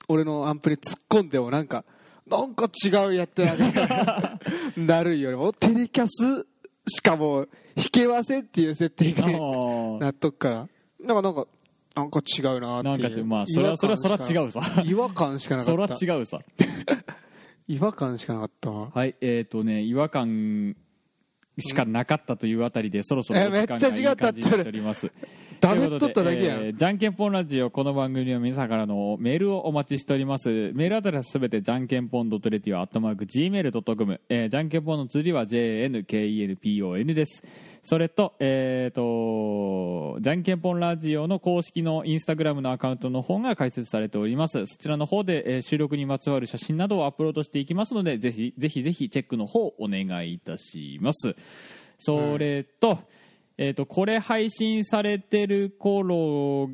Speaker 2: 俺のアンプに突っ込んでもなんかなんか違うやってなる なるよりもテレキャスしかも弾けませんっていうセッティン
Speaker 1: あ
Speaker 2: グに
Speaker 1: ー
Speaker 2: なっとくからなんかなんかなんか違うな
Speaker 1: な
Speaker 2: っ
Speaker 1: ん
Speaker 2: て
Speaker 1: か
Speaker 2: い
Speaker 1: ち
Speaker 2: う
Speaker 1: ょまあそれはそれはそれは
Speaker 2: 違う
Speaker 1: 違うさ
Speaker 2: 違和感しかなか
Speaker 1: それ
Speaker 2: っ
Speaker 1: は
Speaker 2: た
Speaker 1: 違うさ
Speaker 2: 違和感しかなかったわ
Speaker 1: はいえっ、とね違和感しかなかったというあたりで、そろそろお
Speaker 2: えめっ
Speaker 1: 時
Speaker 2: ちゃ
Speaker 1: 間がいい
Speaker 2: 違った
Speaker 1: 感
Speaker 2: って
Speaker 1: じになっております
Speaker 2: ダメっとっただ
Speaker 1: とい
Speaker 2: けや
Speaker 1: うことでえー
Speaker 2: ん
Speaker 1: じゃんけんぽんラジオこの番組は皆さんからのメールをお待ちしておりますメールアドレスすべてじゃんけんぽんドットレティアアットマーク Gmail.com、えー、じゃんけんぽんの釣りは JNKENPON ですそれとえっ、とじゃんけんぽんラジオの公式のインスタグラムのアカウントの方が開設されておりますそちらの方で、えー収録にまつわる写真などをアップロードしていきますのでぜひぜひぜひチェックの方お願いいたしますそれと,、えー、とこれ配信されてる頃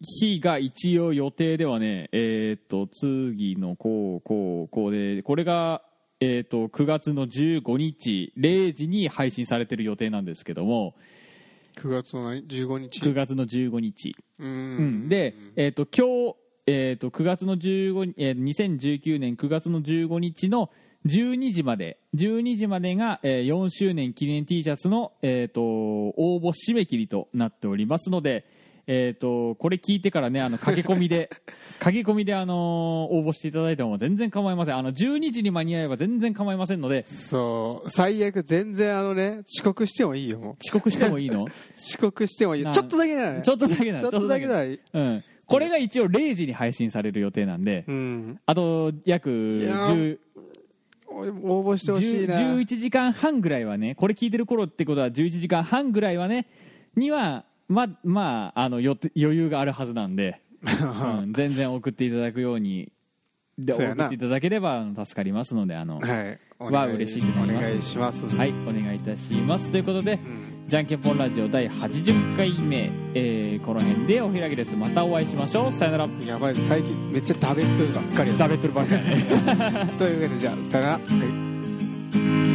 Speaker 1: 日が一応予定ではねえっ、と次のこうこうこうでこれがえっ、と9月の15日0時に配信されてる予定なんですけども
Speaker 2: 9月の何15日
Speaker 1: 9月の15日
Speaker 2: う
Speaker 1: うん
Speaker 2: ん
Speaker 1: で、えー、と今日、えー、と9月の15に、えー2019年9月の15日の12時まで12時までが、えー4周年記念 T シャツの、えー、と応募締め切りとなっておりますので、えー、とこれ聞いてからねあの駆け込み で駆け込みで、あのー応募していただいても全然構いませんあの12時に間に合えば全然構いませんので
Speaker 2: そう最悪全然あのね遅刻してもいいよもう
Speaker 1: 遅刻してもいい の
Speaker 2: 遅刻してもいいよ
Speaker 1: な
Speaker 2: ちょっとだけだね
Speaker 1: ちょっとだけな
Speaker 2: ちょっとだけ
Speaker 1: ちょっ
Speaker 2: だね
Speaker 1: とだけうん、これが一応0時に配信される予定なんで、
Speaker 2: うん
Speaker 1: あと約
Speaker 2: いや
Speaker 1: 10
Speaker 2: ー俺も応募してほしいな
Speaker 1: 10 11時間半ぐらいはねこれ聞いてる頃ってことは11時間半ぐらいはねにはままああのよ余裕があるはずなんで、うん全然送っていただくようにで
Speaker 2: そう
Speaker 1: 送
Speaker 2: やな
Speaker 1: っていただければあの助かりますのであの、は
Speaker 2: はいお
Speaker 1: は
Speaker 2: 願い
Speaker 1: 嬉しいと思います
Speaker 2: お願いします
Speaker 1: い、お願いいたしますということで
Speaker 2: う
Speaker 1: 「
Speaker 2: ん
Speaker 1: じゃんけんぽんラジオ第80回目」えーこの辺でお開きですまたお会いしましょうさよなら
Speaker 2: やばい最近めっちゃ食べっとるばっかりだ
Speaker 1: 食べてるばっかりだね
Speaker 2: というわけでじゃあさよならはい